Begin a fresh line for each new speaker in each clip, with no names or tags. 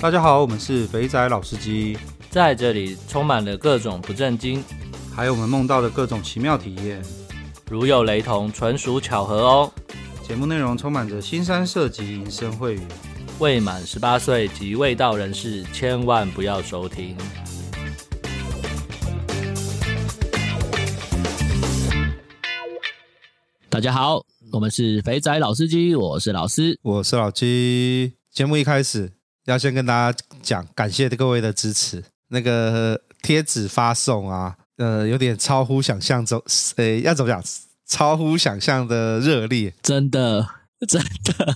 大家好，我们是肥仔老司机，
在这里充满了各种不正经，
还有我们梦到的各种奇妙体验。
如有雷同，纯属巧合哦。
节目内容充满着新三色及淫声秽语。
未满十八岁及未到人士，千万不要收听。大家好，我们是肥仔老司机，我是老师。
我是老鸡。节目一开始要先跟大家讲，感谢各位的支持。那个贴纸发送啊，呃，有点超乎想象中， 呃，要怎么讲？超乎想象的热烈。
真的，真的，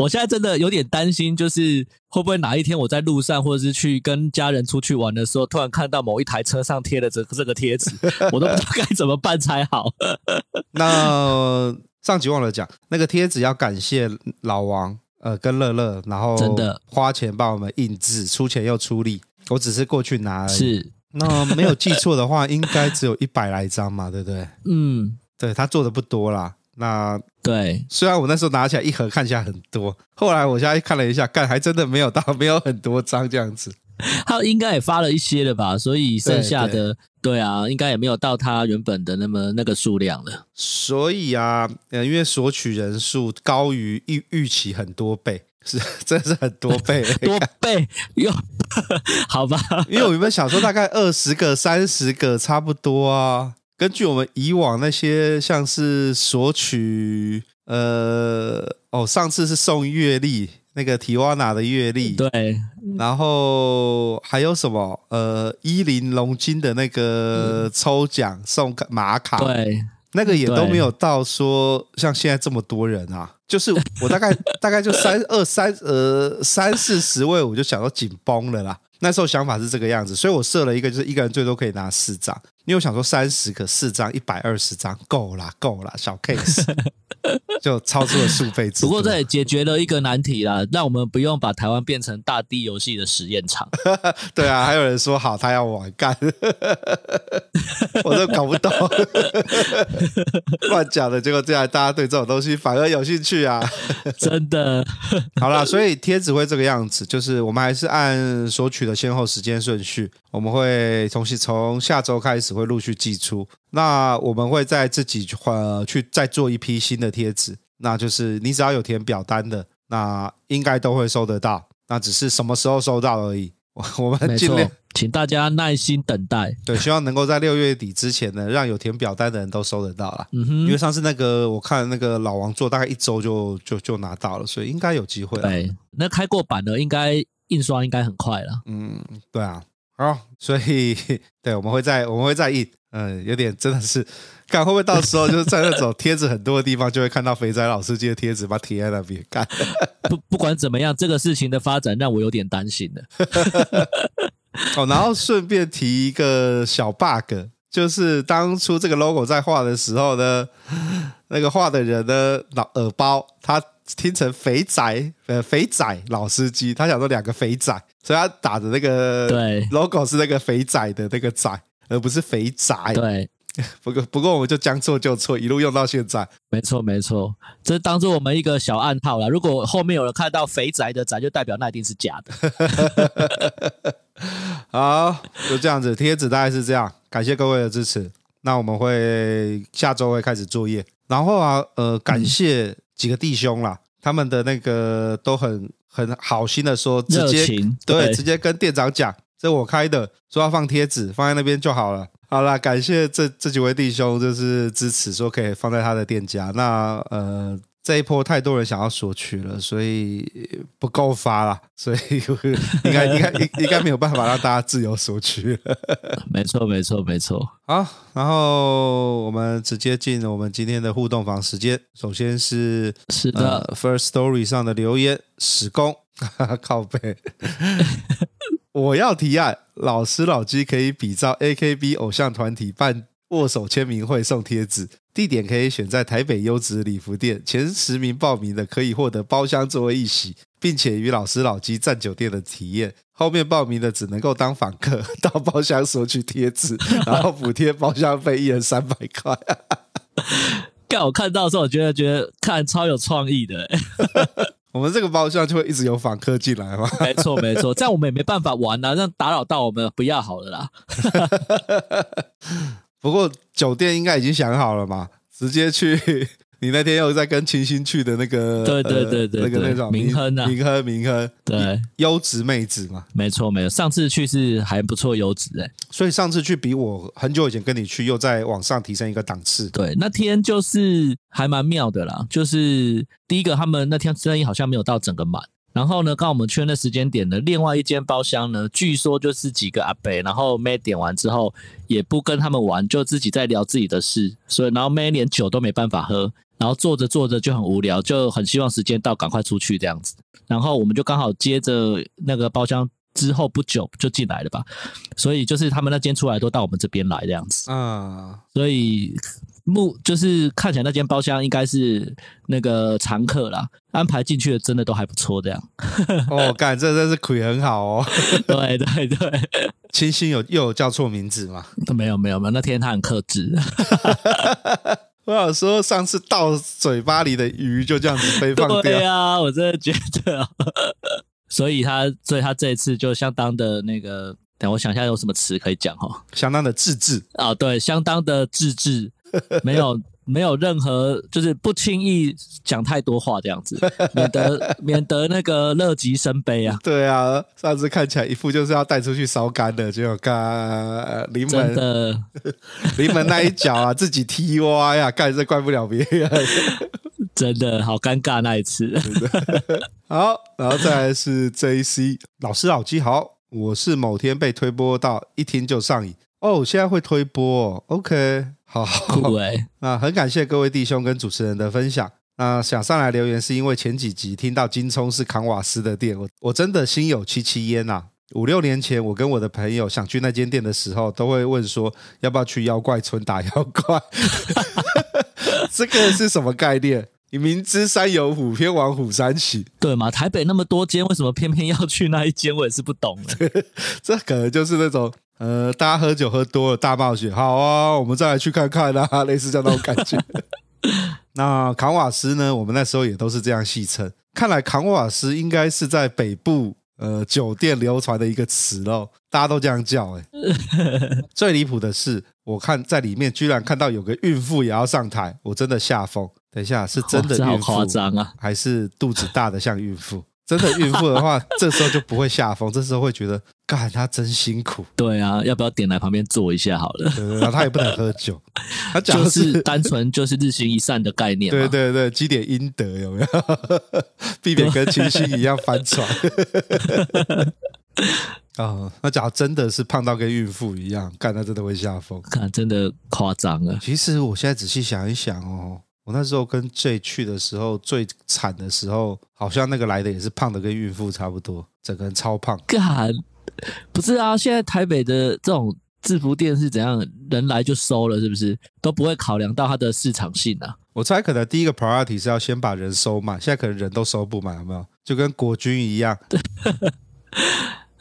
我现在真的有点担心，就是会不会哪一天我在路上，或者是去跟家人出去玩的时候，突然看到某一台车上贴了这这个贴纸，我都不知道该怎么办才好。
那上集忘了讲，那个贴纸要感谢老王，呃，跟乐乐，然后
真的
花钱帮我们印制，出钱又出力，我只是过去拿而已。
是，
那没有记错的话，应该只有一百来张嘛，对不对？
嗯，
对他做的不多啦。那
对，
虽然我那时候拿起来一盒看起来很多，后来我现在看了一下，干还真的没有到没有很多张这样子。
他应该也发了一些了吧，所以剩下
对
的，对啊，应该也没有到他原本的那么那个数量 了。
所以啊，呃，因为索取人数高于预预期很多倍，是真的是很多倍。
多倍又 好 吧，
因为我原本想说大概二十个、三十个差不多啊。根据我们以往那些像是索取，呃，哦，上次是送月历，那个提瓦纳的月历，
对，
然后还有什么？呃，伊林龙金的那个抽奖送个马卡，
对，
那个也都
对
没有到说像现在这么多人啊。就是我大 概大概就三二三呃三四十位，我就想到紧绷了啦。那时候想法是这个样子，所以我设了一个，就是一个人最多可以拿四张，因为我想说三十个四张，一百二十张够啦，够啦，小 case 就超出了数倍之
不过
多。
这也解决了一个难题啦，让我们不用把台湾变成大地游戏的实验 场。
对啊，还有人说好，他要玩干， 我都搞不 懂，乱讲的。结果这样大家对这种东西反而有兴趣啊。
真的，
好啦，所以贴纸会这个样子，就是我们还是按索取的先后时间顺序，我们会从从下周开始会陆续寄出。那我们会在自己呃去再做一批新的贴纸，那就是你只要有填表单的，那应该都会收得到。那只是什么时候收到而已，我我们
没
尽
错
量。，
请大家耐心等待。
对，希望能够在六月底之前呢，让有填表单的人都收得到啦。
嗯
因为
哼，
上次那个我看那个老王做，大概一周就就就拿到了，所以应该有机会啦。
对，那开过版的应该印刷应该很快了。
嗯，对啊，好，所以对我们会在我们会在印，嗯，有点真的是，看会不会到时候就是在那种贴纸很多的地方，就会看到肥仔老司机的贴纸，把它贴在那边干。
不不管怎么样，这个事情的发展让我有点担心 了。
哦，然后顺便提一个小 bug，就是当初这个 logo 在画的时候呢，那个画的人呢，脑耳包他听成肥仔，呃，肥仔老司机，他想说两个肥仔，所以他打的那个
对
logo 是那个肥仔的那个仔，而不是肥宅。
对，
不过不过我们就将错就错，一路用到现在。
没错，没错，这当做我们一个小暗号啦。如果后面有人看到肥宅的宅，就代表那一定是假的。
好，就这样子，贴纸大概是这样。感谢各位的支持，那我们会下周会开始作业。然后啊，呃，感谢几个弟兄啦，他们的那个都很很好心的说，直
热
接
情
对
对
直接跟店长讲，这我开的，说要放贴纸，放在那边就好了。好啦，感谢这这几位弟兄，就是支持说可以放在他的店家。那呃，这一波太多人想要索取了，所以呃不够发啦， 所以应该应该应应该没有办法让大家自由索取了。
没错，没错，没错。
好，然后我们直接进我们今天的互动房时间。首先是
是的，
呃，First Story 上的留言，史工，哈哈 靠背。 我要提案，老师老鸡可以比照 AKB 偶像团体办握手签名会送贴纸，地点可以选在台北优质礼服店，前十名报名的可以获得包厢座位一席，并且与老师老鸡站酒店的体验。后面报名的只能够当访客， 到包厢索取 贴纸，然后补贴包厢费，一人三百块。
干我看到的时候，我觉得觉得看超有创意的、欸
我们这个包厢就会一直有访客进来嘛。
没错没错，这样我们也没办法玩啊，让打扰到我们不要好了啦。
不过酒店应该已经想好了嘛，直接去。 你那天又在跟清新去的那个，
对对
呃
对对
那个
对
那种
明亨啊
明亨明亨，
对，
优质妹子嘛。
没错没错，上次去是还不错优质哎。
所以上次去比我很久以前跟你去又再往上提升一个档次。
对，那天就是还蛮妙的啦，就是第一个他们那天生意好像没有到整个满。然后呢，刚好我们去的那时间点呢，另外一间包厢呢，据说就是几个阿伯，然后妹点完之后也不跟他们玩，就自己在聊自己的事，所以然后妹连酒都没办法喝，然后坐着坐着就很无聊，就很希望时间到赶快出去这样子。然后我们就刚好接着那个包厢之后不久就进来了吧，所以就是他们那间出来都到我们这边来这样子。
啊、
所以目就是看起来那间包厢应该是那个常客啦，安排进去的真的都还不错，这样。
哦， 干，这真是腿很好哦。
对对对，
清新有又有叫错名字嘛？
没有没有没有，那天他很克制，
我想说，上次到嘴巴里的鱼就这样子被放掉。
对啊，我真的觉得， 所以他所以他这一次就相当的那个，等我想一下有什么词可以讲哈。
相当的自制，
啊，对，相当的自制，没有没有任何就是不轻易讲太多话这样子，免得免得那个乐极生悲 啊。
对啊，上次看起来一副就是要带出去烧干的，结果干呃临
真
门
的，
临门那一脚啊，自己踢歪啊，干这怪不了别人。
真的好尴尬那一 次。
好，然后再来是 J C 老师老鸡好，我是某天被推播到，一听就上瘾哦，现在会推播、哦、，OK，好，
酷哎、欸，
那很感谢各位弟兄跟主持人的分享。那想上来留言是因为前几集听到金冲是扛瓦斯的店，我我真的心有戚戚焉呐、五六年前，我跟我的朋友想去那间店的时候，都会问说要不要去妖怪村打妖怪。 这个是什么概念？你明知山有虎，偏往虎山行。
对嘛？台北那么多间，为什么偏偏要去那一间？我也是不懂 欸
这可能就是那种呃，大家喝酒喝多了大冒险，好啊，我们再来去看看啊，类似这样那种感觉。 那扛瓦斯呢？我们那时候也都是这样戏称。看来扛瓦斯应该是在北部呃酒店流传的一个词喽，大家都这样叫、 欸。最离谱的是，我看在里面居然看到有个孕妇也要上台，我真的吓疯。等一下，是真的
哦哇这好
孕妇
夸张啊！
还是肚子大的像孕妇？真的孕妇的话，这时候就不会下风，这时候会觉得，干她真辛苦，
对啊，要不要点来旁边坐一下好 了？
对对对然后她也不能喝酒，她讲
就
的
是单纯就是日行一善的概念
对
嘛。
对对，积点阴德有没 有？避免跟清新一样翻船。 啊、那假如真的是胖到跟孕妇一样，干那真的会下风。
看，真的夸张啊！
其实我现在仔细想一想哦，我那时候跟 J 去的时候，最惨的时候，好像那个来的也是胖的跟孕妇差不多，整个人超胖。
干，不是啊，现在台北的这种制服店是怎样，人来就收了，是不是？都不会考量到它的市场性啊。
我猜可能第一个 priority 是要先把人收满，现在可能人都收不满，有没有？就跟国军一样，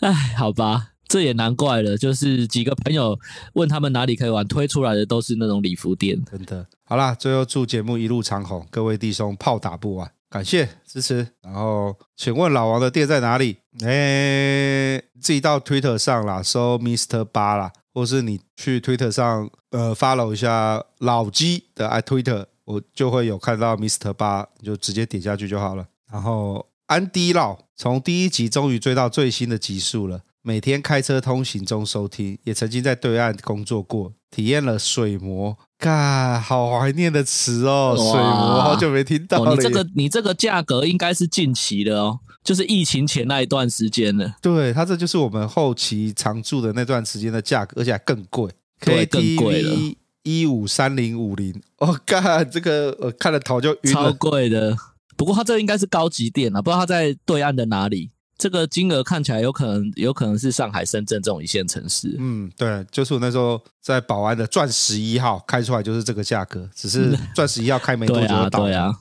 唉，哎好吧，这也难怪了。就是几个朋友问他们哪里可以玩，推出来的都是那种礼服店。
真的。好啦，最后祝节目一路长虹，各位弟兄炮打不完，感谢支持。然后，请问老王的店在哪里？哎，自己到 Twitter 上啦，搜 Mr 八啦，或是你去 Twitter 上呃 follow 一下老鸡的 i Twitter，我就会有看到 Mr 八，你就直接点下去就好了。然后安迪绕从第一集终于追到最新的集数了，每天开车通行中收听，也曾经在对岸工作过，体验了水魔，嘎，好怀念的词哦，
哇
水魔，好久没听到了
哦，
耶。
你这个你这个价格应该是近期的哦，就是疫情前那一段时间了。
对，它这就是我们后期常驻的那段时间的价格，而且还更贵
对更贵了
，KTV 一五三零五零，我干，这个我看了头就晕
超
了。
贵的。不过它这个应该是高级店啊，不知道它在对岸的哪里。这个金额看起来有可能，有可能是上海、深圳这种一线城市。
嗯，对，就是我那时候在保安的钻石一号开出来就是这个价格，只是 钻石一号开没
嗯
多
对
久就
啊，
倒
对
了。
啊，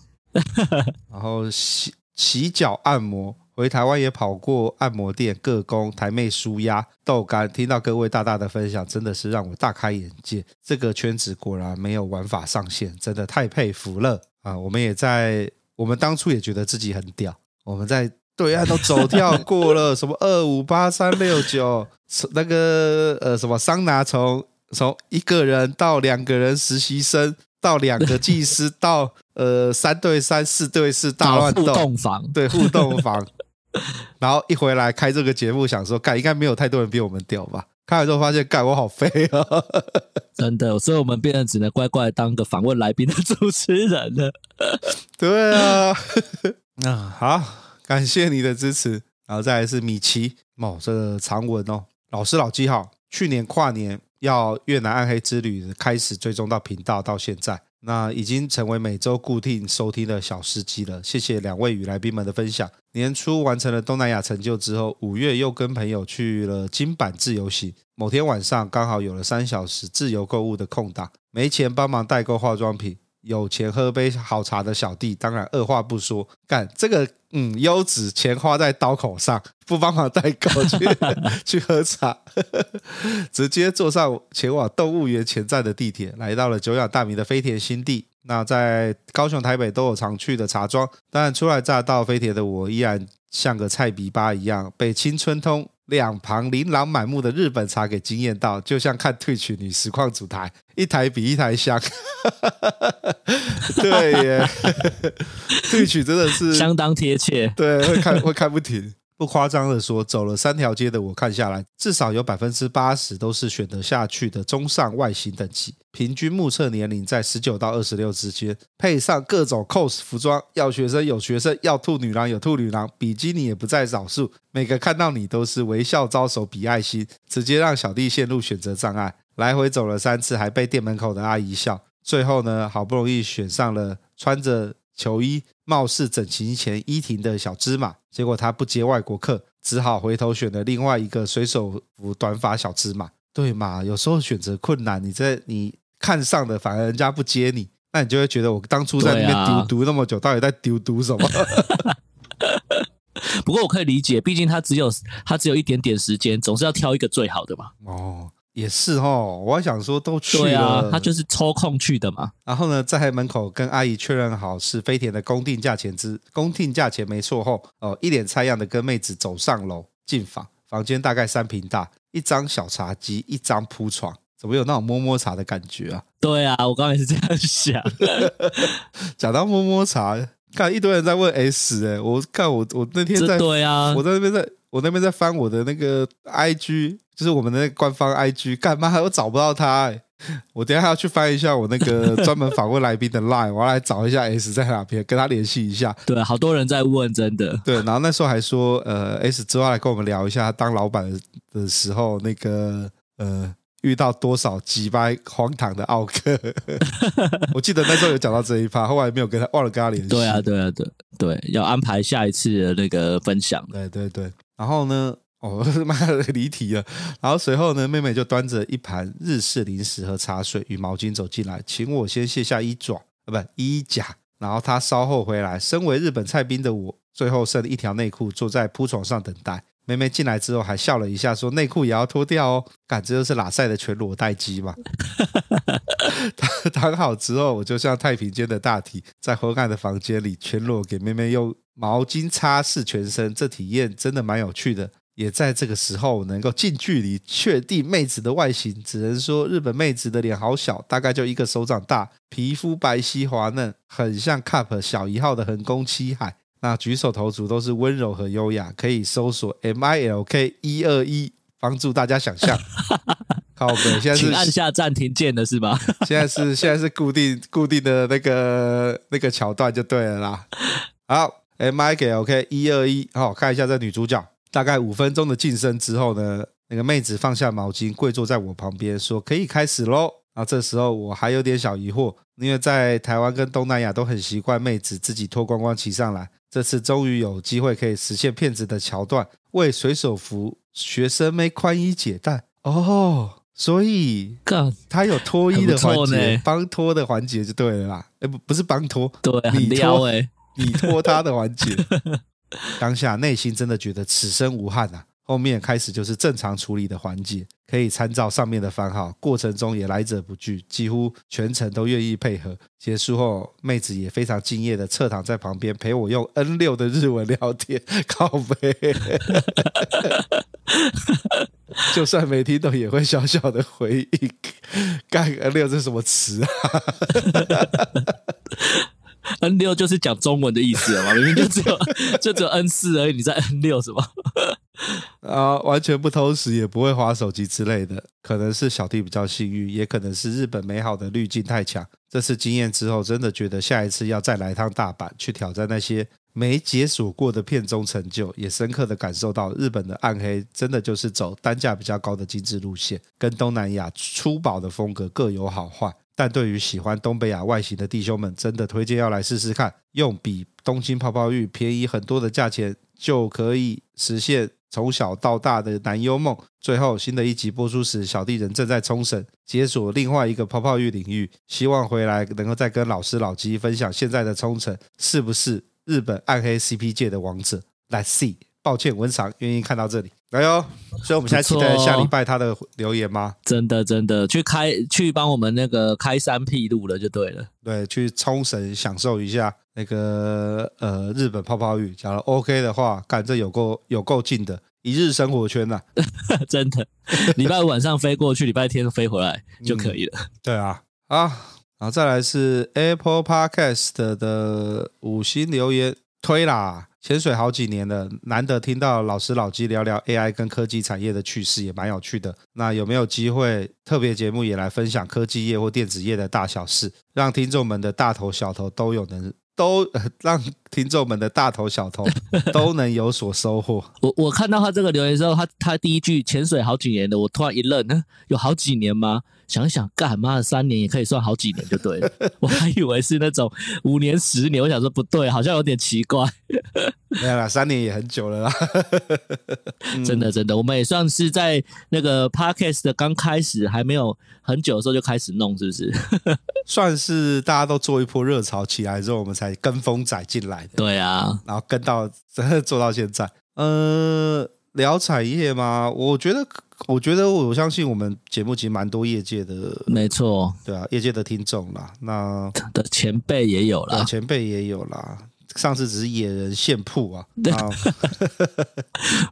然后洗洗脚按摩，回台湾也跑过按摩店、各工、台妹、舒压、豆干，听到各位大大的分享，真的是让我大开眼界。这个圈子果然没有玩法上限，真的太佩服了啊！我们也在，我们当初也觉得自己很屌。我们在对岸都走跳过了，什么二五八三六九， 那个呃什么桑拿从从一个人到两个人实习生，到两个技师，到呃三对三、四对四大
到
乱
互
斗，
动房，
对互动 房。然后一回来开这个节目，想说干应该没有太多人比我们屌吧？看完之后发现干我好废哦。
真的，所以我们变得只能乖乖地当个访问来宾的 主持人了。
对啊，那、好，感谢你的支持。然后再来是米奇，哦，这个长文哦，老师老记好，去年跨年要越南暗黑之旅开始追踪到频道到现在，那已经成为每周固定收听的小司机了。谢谢两位与来宾们的分享。年初完成了东南亚成就之后，五月又跟朋友去了金板自由行。某天晚上刚好有了三小时自由购物的空档，没钱帮忙代购化妆品，有钱喝杯好茶的小弟，当然二话不说干这个。嗯，优质钱花在刀口上，不帮忙代购去 去喝茶，直接坐上前往动物园前站的地铁，来到了久仰大名的飞田新地。那在高雄、台北都有常去的茶庄，当然初来乍到飞田的我，依然像个菜比巴一样，被青春通两旁琳琅满目的日本茶给惊艳到，就像看退群女实况组台，一台比一台香。 对耶， 退群真的是
相当贴切。
对，会看会看不停。不夸张的说，走了三条街的我看下来，至少有百分之八十都是选得下去的中上外形等级，平均目测年龄在十九到二十六之间，配上各种 cos 服装，要学生有学生，要兔女郎有兔女郎，比基尼也不在少数。每个看到你都是微笑招手比爱心，直接让小弟陷入选择障碍。来回走了三次，还被店门口的阿姨笑。最后呢，好不容易选上了穿着球衣、貌似整形前依婷的小芝麻，结果他不接外国客，只好回头选了另外一个水手服短发小芝麻。对嘛，有时候选择困难，你这你看上的，反而人家不接你，那你就会觉得我当初在那
对
边
啊
丢毒那么久，到底在丢毒什么？
不过我可以理解，毕竟他只有他只有一点点时间，总是要挑一个最好的嘛。
哦，也是哦，我还想说都去
对
了，
啊，他就是抽空去的嘛。
然后呢，在门口跟阿姨确认好是飞田的公定价钱之公定价钱没错后，哦、一脸菜样的跟妹子走上楼进房，房间大概三平大，一张小茶几，一张铺床，怎么有那种摸摸茶的感觉啊？
对啊，我刚才是这样 想。
讲到摸摸茶，看一堆人在问 S 哎、我看我我那天在
这对啊
我，在那边在我那边在翻我的那个 IG，就是我们的那个官方 IG，干嘛我找不到他、欸？我等一下要去翻一下我那 个专门访问来宾的 Line，我要来找一下 S 在哪边，跟他联系一下。
对，啊好多人在问，真的。
对，然后那时候还说，呃，S 之后来跟我们聊一下他当老板的时候那个呃。遇到多少几百荒唐的奥克？ 我记得那时候有讲到这一趴，后来没有跟他忘了跟他联系。
对啊，对啊，对对，要安排下一次的那个分享了。
对对对，然后呢， 哦，妈的离题了。然后随后呢，妹妹就端着一盘日式零食和茶水与毛巾走进来，请我先卸下衣爪，啊，不衣甲。然后她稍后回来，身为日本菜兵的我，最后剩一条内裤，坐在铺床上等待。妹妹进来之后还笑了一下，说：“内裤也要脱掉哦。”感这就是拉塞的全裸待机嘛。 躺好之后，我就像太平间的大体，在昏暗的房间里全裸给妹妹用毛巾擦拭全身，这体验真的蛮有趣的。也在这个时候能够近距离确定妹子的外形，只能说日本妹子的脸好小，大概就一个手掌大，皮肤白皙滑嫩，很像 Cup 小一号的横宫七海。那举手投足都是温柔和优雅，可以搜索 M I L K 一二一，帮助大家想象。 靠北，现在
请
是
按下暂停键了，是 吧？
现在是现在是固定固定的那个那个桥段就对了啦。好，M I 给 OK 一二一，好看一下这女主角。大概五分钟的晋升之后呢，那个妹子放下毛巾，跪坐在我旁边，说可以开始喽。然后这时候我还有点小疑惑，因为在台湾跟东南亚都很习惯妹子自己脱光光骑上来，这次终于有机会可以实现骗子的桥段，为水手服学生妹宽衣解带哦。所以
干，
他有脱衣的
很
环
不错
节
呢，
帮拖的环节就对了啦。哎，不不是帮拖，
对，啊
你
很
脱
撩哎、
你拖他的环节。当下内心真的觉得此生无憾啊！后面开始就是正常处理的环节，可以参照上面的番号，过程中也来者不拒，几乎全程都愿意配合。结束后，妹子也非常敬业的侧躺在旁边陪我用 N 六的日文聊天，靠背， 就算没听懂也会小小的回应。干 N 六这是什么词啊？
N 六就是讲中文的意思了嘛，明明就只有就只有 N 四而已，你在 N 六什么？
啊、完全不偷食，也不会划手机之类的。可能是小弟比较幸运，也可能是日本美好的滤镜太强。这次经验之后，真的觉得下一次要再来趟大阪，去挑战那些没解锁过的片中成就，也深刻的感受到日本的暗黑真的就是走单价比较高的精致路线，跟东南亚粗暴的风格各有好坏。但对于喜欢东北亚外形的弟兄们，真的推荐要来试试看，用比东京泡泡浴便宜很多的价钱，就可以实现从小到大的男优梦。最后，新的一集播出时，小弟人正在冲绳解锁另外一个泡泡浴领域，希望回来能够再跟老师老鸡分享现在的冲绳是不是日本暗黑 CP 界的王者。Let's see，抱歉文长愿意看到这里，来哟。所以我们现在期待
不错哦
下礼拜他的留言吗？
真的真的，去开去帮我们那个开山辟路了就对了。
对，去冲绳享受一下那个呃日本泡泡浴。假如 OK 的话，干这有够有够近的，一日生活圈呐、啊
真的，礼拜五晚上飞过去，礼拜天飞回来就可以了。
对啊，啊，然后再来是 Apple Podcast 的五星留言推啦。潜水好几年了，难得听到老师老鸡聊聊 AI 跟科技产业的趣事，也蛮有趣的。那有没有机会特别节目也来分享科技业或电子业的大小事，让听众们的大头小头都有能都、 呃让听众们的大头小头都能有所收获？
我我看到他这个留言之后，他他第一句潜水好几年的，我突然一愣，嗯有好几年吗？想一想，干妈的三年也可以算好几年就对了。我还以为是那种五年、十年，我想说不对，好像有点奇怪。
没有啦，三年也很久了啦。嗯
真的真的，我们也算是在那个 podcast 的刚开始还没有很久的时候就开始弄，是不是？
算是大家都做一波热潮起来之后，我们才跟风仔进来的，
对啊，
然后跟到真的做到现在。呃，聊产业嘛，我觉得，我觉得我相信我们节目其实蛮多业界的，
没错，
对啊，业界的听众啦， 那
的前辈也有
对啊
啦，
前辈也有啦。上次只是野人现 铺啊，啊，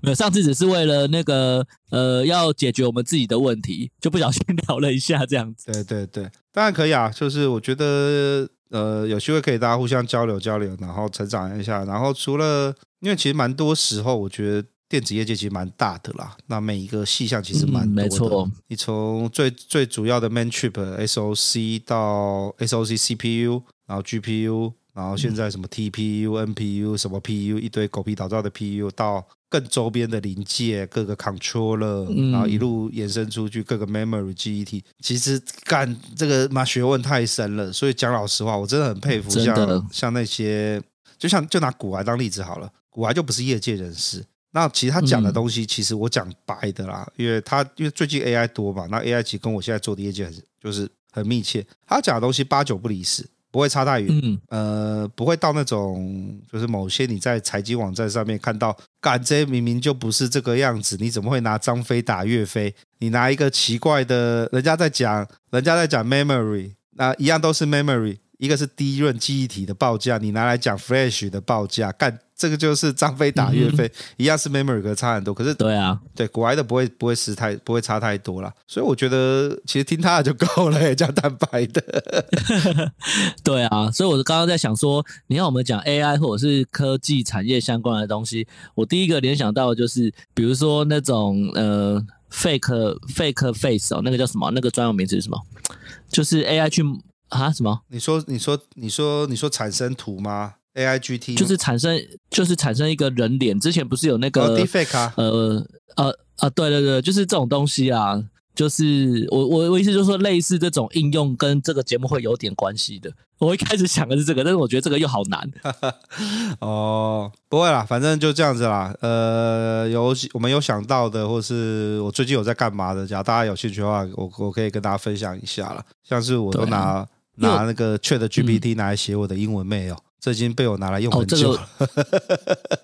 没有上次只是为了那个呃要解决我们自己的问题，就不小心聊了一下这样子。
对对对，当然可以啊，就是我觉得呃有机会可以大家互相交流交流，然后成长一下。然后除了因为其实蛮多时候，我觉得电子业界其实蛮大的啦，那每一个细项其实蛮
嗯
多的。
没错，
你从最最主要的 main chip SOC 到 SOC CPU，然后 GPU，然后
嗯
现在什么 TPU、NPU 什么 PU 一堆狗屁倒灶的 PU 到。更周边的临界，各个 controller，、
嗯
然后一路延伸出去各个 memory 记忆体，其实干这个嘛学问太深了，所以讲老实话，我真的很佩服
真的
像像那些，就像就拿古玩当例子好了，古玩就不是业界人士。那其实他讲的
嗯
东西，其实我讲白的啦，因为他因为最近 AI 多嘛，那 AI 其实跟我现在做的业界很就是很密切，他讲的东西八九不离十，不会差太远。
嗯，
呃，不会到那种就是某些你在财经网站上面看到，干这明明就不是这个样子，你怎么会拿张飞打岳飞？你拿一个奇怪的，人家在讲，人家在讲 memory，那、一样都是 memory，一个是低润记忆体的报价，你拿来讲 flash 的报价，干这个就是张飞打岳飞，一样是 memory，可是差很多，可是
对啊，
对，国外的不会不会失太不会差太多啦，所以我觉得其实听他的就够了、讲蛋白的。
对啊，所以我刚刚在想说，你要我们讲 AI 或者是科技产业相关的东西，我第一个联想到的就是，比如说那种呃 fake fake face 哦，那个叫什么？那个专有名词是什么？就是 AI 去啊什么？
你说，你说，你说，你说产生图吗？AIGT
就是产生就是产生一个人脸。之前不是有那个、
哦 deepfake 啊，
呃呃啊，对对对，就是这种东西啊，就是我我我意思就是说，类似这种应用跟这个节目会有点关系的。我一开始想的是这个，但是我觉得这个又好难。
哦，不会啦，反正就这样子啦。呃，有我们有想到的，或是我最近有在干嘛的，假如大家有兴趣的话，我我可以跟大家分享一下啦。像是我都
对啊
拿、
因为嗯
拿那个 Chat GPT 拿来写我的英文 mail，、这已经被我拿来用
哦
很
这
久
个
了。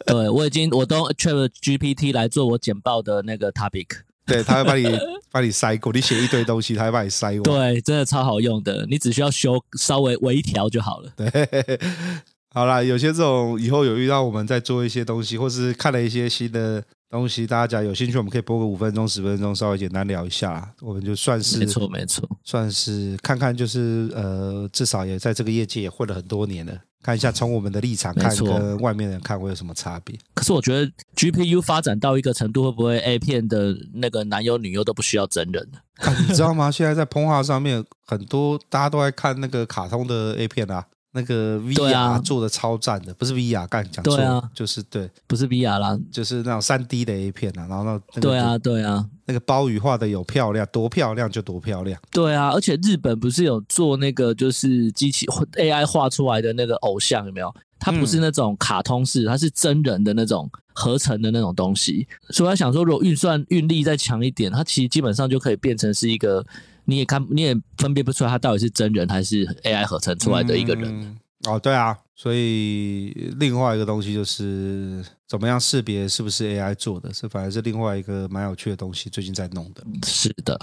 对我已经我都 Chat GPT 来做我简报的那个 topic，
对，他会把你把你塞过，你写一堆东西，他会把你塞过。
对，啊真的超好用的，你只需要修稍微微调就好了。
对， 好啦，有些这种以后有遇到我们在做一些东西，或是看了一些新的东西，大家有兴趣，我们可以播个五分钟、十分钟，稍微简单聊一下，我们就算
没
是
错没错，
算是看看，就是呃，至少也在这个业界也混了很多年了，看一下从我们的立场看
没错
跟外面人看会有什么差别。
可是我觉得 GPU 发展到一个程度，会不会 A 片的那个男优女优都不需要真人了？
看啊你知道吗？现在在通话上面，很多大家都在看那个卡通的 A 片啊，那个
对
VR、
啊
做的超赞的，不是 VR，干讲错，
对啊
了，就是对，
不是 VR 啦，
就是那种三 D 的 A 片啊，然后那那个
对啊对啊
那个鲍鱼画的有漂亮，多漂亮就多漂亮，
对啊，而且日本不是有做那个就是机器 AI 画出来的那个偶像有没有？它不
嗯
是那种卡通式，它是真人的那种合成的那种东西。所以我在想说，如果运算运力再强一点，它其实基本上就可以变成是一个，你也看你也分辨不出来它到底是真人还是 AI 合成出来的一个人。
嗯哦，对啊，所以另外一个东西就是怎么样识别是不是 AI 做的，这反而是另外一个蛮有趣的东西，最近在弄的。
是的，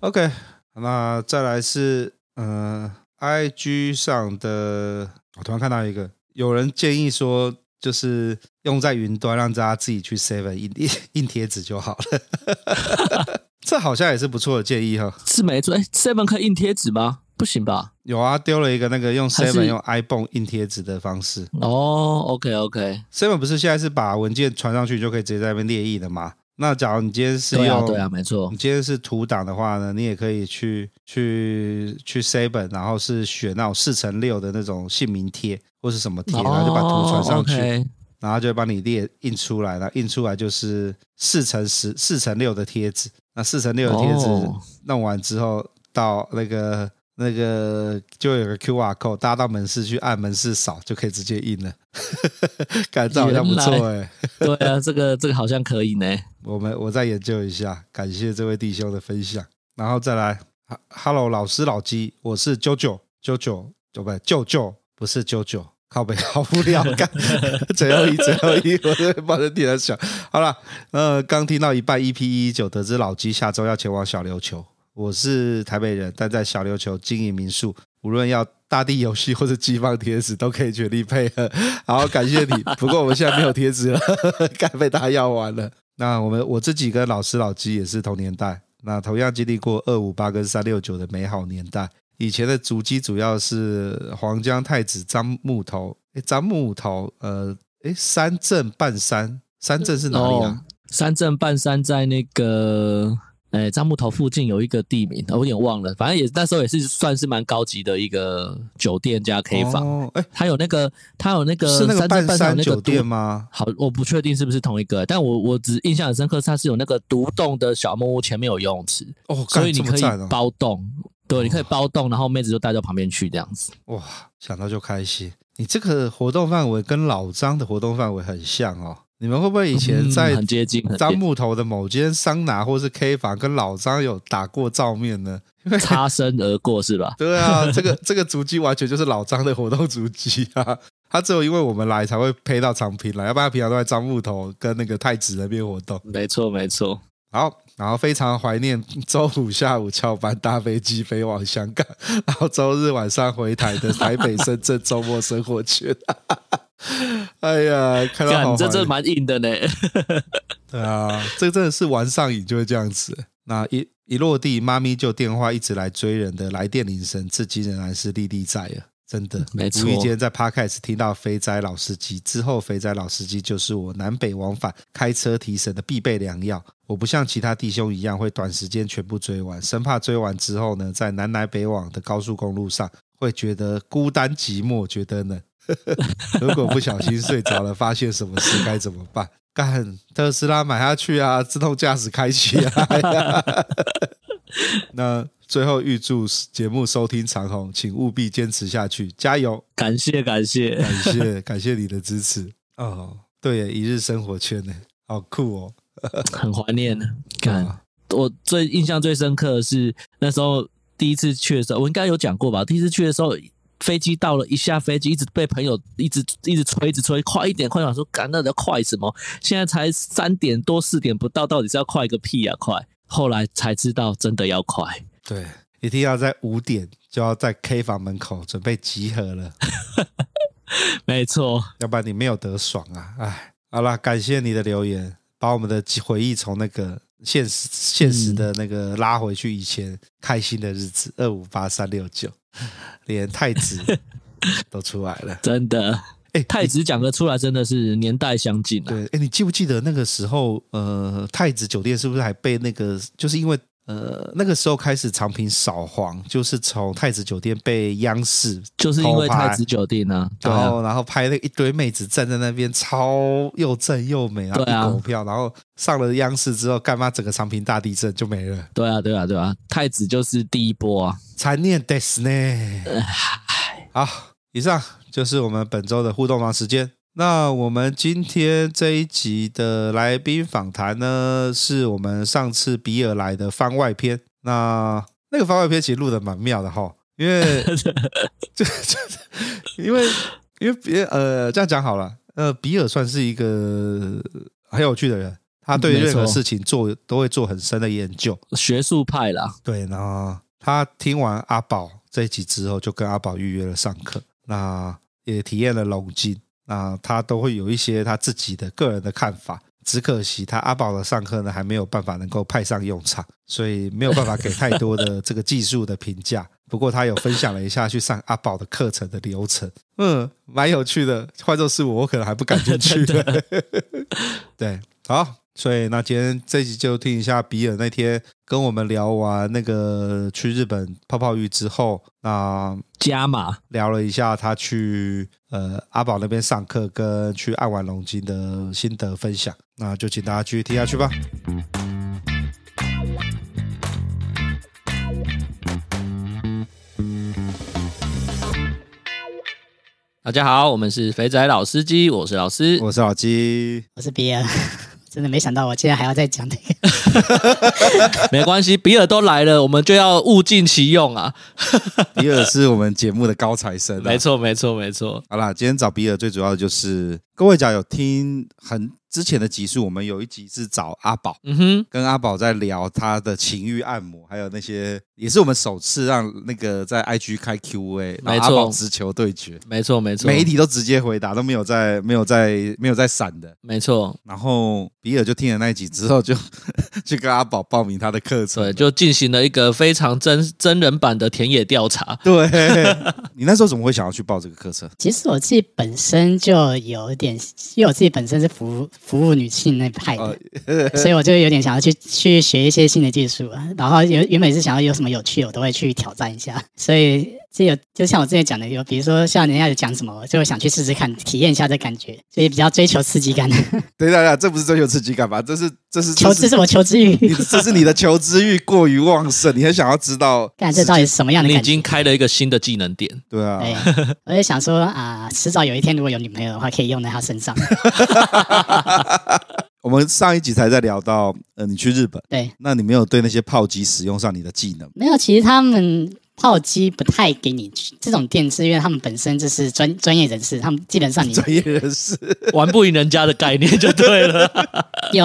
OK，那再来是嗯、呃、，IG 上的，我突然看到一个，有人建议说，就是用在云端，让大家自己去 Seven 印印印贴纸就好了。 这好像也是不错的建议哈。
是没错。哎，Seven 可以印贴纸吗？不行吧？
有啊，丢了一个那个用
还是
Seven 用 iPhone 印贴纸的方式。
哦，OK，OK、o k OK，
Seven 不是现在是把文件传上去就可以直接在那边列印的吗？那假如你今天是
对
用
啊，对啊，没错
你，今天是图档的话呢，你也可以去去去 seven，然后是选那种四乘六的那种姓名贴或是什么贴，然后就把图传上去，
哦，OK
然后就会帮你列印出来，然后印出来就是四乘十、四乘六的贴纸。那四乘六的贴
哦
纸弄完之后，到那个那个就会有个 QR code，大家到门市去按门市扫，就可以直接印了。感觉好像不
原
错哎、
来对啊，这个这个好像可以呢。
我们我再研究一下，感谢这位弟兄的分享，然后再来哈，Hello 老师老鸡，我是啾啾啾啾，就不对舅舅，不是啾啾，靠北好无聊，干 最后一最后一，我这边帮着点了想，好了，呃，刚听到一半，EP 一九得知老鸡下周要前往小琉球，我是台北人，但在小琉球经营民宿，无论要大地游戏或者机放贴纸，都可以全力配合。 好，感谢你。不过我们现在没有贴纸了， 该被大家要完了。那我们我自己跟老师老鸡也是同年代，那同样经历过二五八跟三六九的美好年代。以前的足迹主要是黄江太子张木头，诶张木头，呃，诶三镇半山，三镇 是哪里
哦
啊？
三镇半山在那个诶樟木头附近有一个地名，我有点忘了，反正也那时候也是算是蛮高级的一个酒店加 K 房。
哦，诶
它有那个，它有那个
是那个
三
半
镇半山有
山
那个
酒
独
店？吗？
好，我不确定是不是同一个，但我我只印象很深刻，它是有那个独栋的小木屋，前面有游泳池，
哦，
所
干
以你
这么
可以
赞哦
包栋，对，你可以包栋，然后妹子就带到旁边去这样子。
哇，想到就开心。你这个活动范围跟老张的活动范围很像哦。你们会不会以前
嗯
在
很接近，很接
张木头的某间桑拿或是 K 房跟老张有打过照面呢？
擦身而过是吧？
对啊，这个这个足迹完全就是老张的活动足迹啊。他只有因为我们来才会配到长平来，要不然他平常都在张木头跟那个太子那边活动。
没错，没错。
好，然后非常怀念周五下午翘班搭飞机飞往香港，然后周日晚上回台的台北、深圳周末生活圈。 哎呀，看到好
干，
怀
这这
念。
蛮硬的呢。
对啊，这真的是玩上瘾就会这样子。那一一落地，妈咪就电话一直来追人的来电铃声，至今仍然是历历在耳。真的，
嗯没错
无意间在 podcast 听到肥仔老司机之后，肥仔老司机就是我南北往返开车提神的必备良药。我不像其他弟兄一样会短时间全部追完，生怕追完之后呢，在南来北往的高速公路上会觉得孤单寂寞，觉得冷。 如果不小心睡着了，发现什么事该怎么办？干特斯拉买下去啊，自动驾驶开起来、啊。 那最后预祝节目收听长虹，请务必坚持下去，加油！
感谢感谢，
感谢感谢你的支持哦。对耶，一日生活圈呢，好酷哦！
很怀念。干，
啊
我最印象最深刻的是那时候第一次去的时候，我应该有讲过吧？第一次去的时候，飞机到了，一下飞机一直被朋友一直一直催，一直催，快一点，快点！我说赶那的快什么？现在才三点多四点不到，到底是要快个屁呀、快！后来才知道真的要快，
对，一定要在五点就要在 K 房门口准备集合了，
没错，
要不然你没有得爽啊！哎，好啦，感谢你的留言，把我们的回忆从那个现实现实的那个拉回去以前开心的日子，二五八三六九，连太子都出来 了。
真的。
哎
太子讲得出来，真的是年代相近啊。
对，哎，你记不记得那个时候，呃，太子酒店是不是还被那个，就是因为呃那个时候开始长平扫黄，就是从太子酒店被央视
就是因为
偷拍
太子酒店啊，对
然
啊，
后然后拍那一堆妹子站在那边，超又正又美，然后
对啊
一狗票，然后上了央视之后，干嘛整个长平大地震就没了，
对啊，对啊，对啊，太子就是第一波啊。
残念 des 呢。好，以上就是我们本周的互动房时间。那我们今天这一集的来宾访谈呢，是我们上次比尔来的番外篇。那那个番外篇其实录的蛮妙的哈，因为就就是因为因为别呃这样讲好了，呃，比尔算是一个很有趣的人，他对于任何
没错
事情做都会做很深的研究。
学术派啦，
对，然后他听完阿宝这一集之后，就跟阿宝预约了上课，那也体验了龙筋，那他都会有一些他自己的个人的看法。只可惜他阿宝的上课呢，还没有办法能够派上用场，所以没有办法给太多的这个技术的评价。不过他有分享了一下去上阿宝的课程的流程，嗯，蛮有趣的。换作是我，我可能还不感兴趣
真。
对，好，所以那今天这一集就听一下比尔那天跟我们聊完那个去日本泡泡浴之后，那
加码
聊了一下他去呃阿宝那边上课跟去暗玩龙筋的心得分享，那就请大家继续听下去吧。
大家好，我们是肥仔老司机，我是老师。
我是老鸡，
我是比尔， 真的没想到我竟然还要再讲这个。
没关系，比尔都来了，我们就要物尽其用 啊。
比尔是我们节目的高材生、啊
没。错，没错，没错。
好啦，今天找比尔最主要的就是各位假如有听很之前的集数，我们有一集是找阿宝，
嗯哼，
跟阿宝在聊他的情欲按摩，还有那些也是我们首次让那个在 IG 开 Q&A，然
没
后
错
阿宝直球对决，
没错，没错，
每一题都直接回答，都没有在没有在没有在闪的。
没错。
然后比尔就听了那一集之后就， 就跟阿宝报名他的课程
对，。就进行了一个非常真真人版的田野调 查。
对，你那时候怎么会想要去报这个课程？
其实我自己本身就有一点，因为我自己本身是服务服务女性那派
哦
的， 所以我就有点想要去去学一些新的技术啊。然后原原本是想要有什么有趣，我都会去挑战一下。所以这有就像我之前讲的，有比如说像人家有讲什么，我就想去试试看，体验一下这感觉，所以比较追求刺 激感，
对对对，这不是追求刺激感吧？这是这是
求
这
知
是
是我求知
你
欲。
这是你的求知欲过于旺盛，你很想要知道
看这到底是什么样的
你已
感觉？
经开了一个新的技能点，
对啊，
对，我就想说啊、迟早有一天如果有女朋友的话，可以用在她 身上。
我们上一集才在聊到，呃，你去日本，
对，
那你没有对那些炮击使用上你的技能，
没有，其实他们炮击不太给你去这种店是因为他们本身就是专专业人士，他们基本上你
专业人士
玩不赢人家的概念就对 了。
有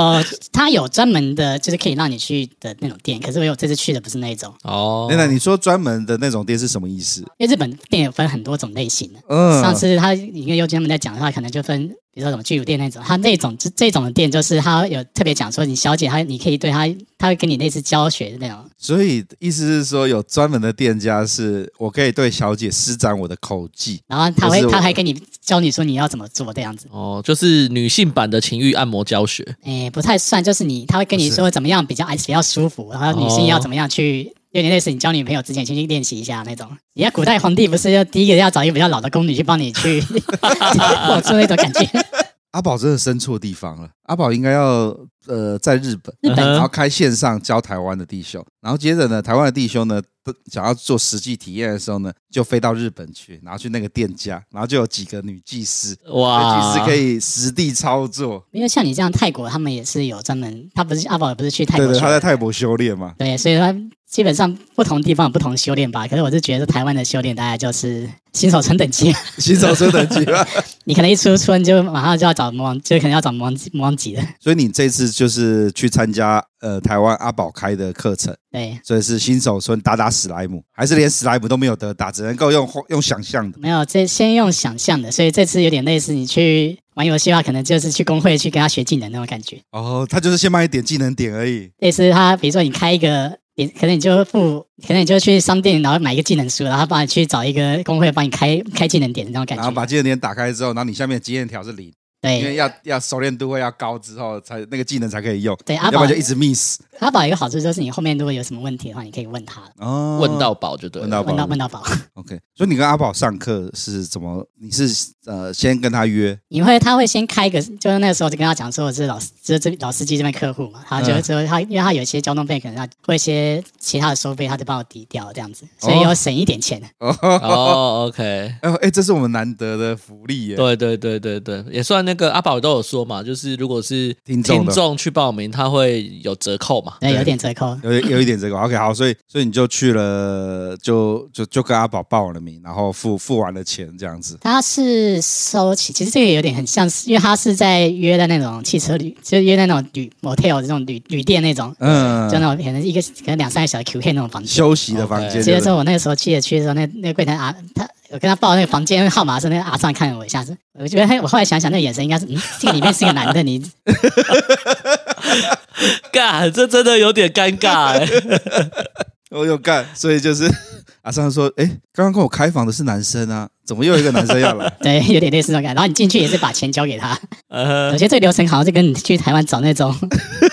他有专门的，就是可以让你去的那种店。可是我这次去的不是那一种，
哦
那那你说专门的那种店是什么意思？
因为日本店有分很多种类型的。
嗯
上次他你跟尤金他们在讲的话，可能就分，比如说什么巨乳店那种，他那种这这种的店就是他有特别讲说，你小姐她你可以对她，她会跟你类似教学的那种，
所以意思是说有专门的店家是我可以对小姐施展我的口技，
然后他会
就是我
他还跟你教你说你要怎么做这样子。
哦，就是女性版的情欲按摩教学。
诶，不太算，就是你他会跟你
不是
说怎么样比较还是比较舒服，然后女性
哦
要怎么样去，有点类似你交女朋友之前先去练习一下那种。人家古代皇帝不是要第一个要找一个比较老的宫女去帮你 去做出那种感觉？
阿宝真的生错地方了。阿宝应该要呃在日本，
日本
然后开线上教台湾的弟兄，然后接着呢，台湾的弟兄呢都想要做实际体验的时候呢，就飞到日本去，然后去那个店家，然后就有几个女技师，
哇，
女技师可以哎实地操作。
因为像你这样泰国，他们也是有专门，他不是阿宝也不是去泰
对
国
对，
学
他在
的，
泰国修炼嘛，
对，所以他基本上不同地方有不同修炼吧。可是我是觉得台湾的修炼大概就是 新手村等级，啊
新手村等级吧。
你可能一出村就马上就要找魔王，就可能要找魔王魔王级的。
所以你这次就是去参加呃台湾阿宝开的课程，
对，
所以是新手村打打史莱姆，还是连史莱姆都没有得打，只能够用用想象的。
没有这先用想象的，所以这次有点类似你去玩游戏的话，可能就是去工会去跟他学技能那种感觉。
哦，他就是先卖一点技能点而已。
类似他，比如说你开一个，你可能你就付，可能你就去商店，然后买一个技能书，然后帮你去找一个工会帮你开开技能点那种感
然后
觉。
把技能点打开之后，然后你下面的经验条是零，因为
对
要要熟练度会要高之后才那个技能才可以用，
对，阿
要不
宝
然就一直 miss
阿宝有一个好处就是你后面如果有什么问题的话，你可以问他，
哦。
问到饱就对
问
了。
到
问到
宝
问到宝，
，OK。所以你跟阿宝上课是怎么？你是呃先跟他约，
因为他会先开一个，就是那个时候就跟他讲说我是老司，就是这老司机这边客户嘛，他就
嗯
之后他因为他有一些交通费可能他或一些其他的收费，他就帮我抵掉这样子，所以
哦
有省一点钱。
哦，OK，
哎呦哎，这是我们难得的福利耶。
对对对对对，也算那个阿宝都有说嘛，就是如果是
听众
听
的
众去报名，他会有折扣 嘛。
对，有点折扣。
有有一点这个 OK 好，所以所以你就去了，就就就跟阿宝报了名，然后付付完了钱这样子。
他是收起，其实这个有点很像是，因为他是在约在那种汽车旅，就是约在那种旅 motel 这种旅旅店那种，
嗯
就，那种可能一个可能两三个小时 QK 那种房间。
休息的房间
直接
就是
说，我那个时候去的去的时候，那那个柜台啊，他我跟他报那个房间号码的时候，那个阿尚看了我一下子，我觉得嘿我后来想想，那个眼神应该是，嗯，这个里面是个男的，你？
尬，这真的有点尴尬、欸。
我有干，所以就是阿尚说，哎，刚刚跟我开房的是男生啊，怎么又有一个男生要来
对，有点类似那种感觉。然后你进去也是把钱交给他，
呃
我，觉得这个流程好像就跟你去台湾找那种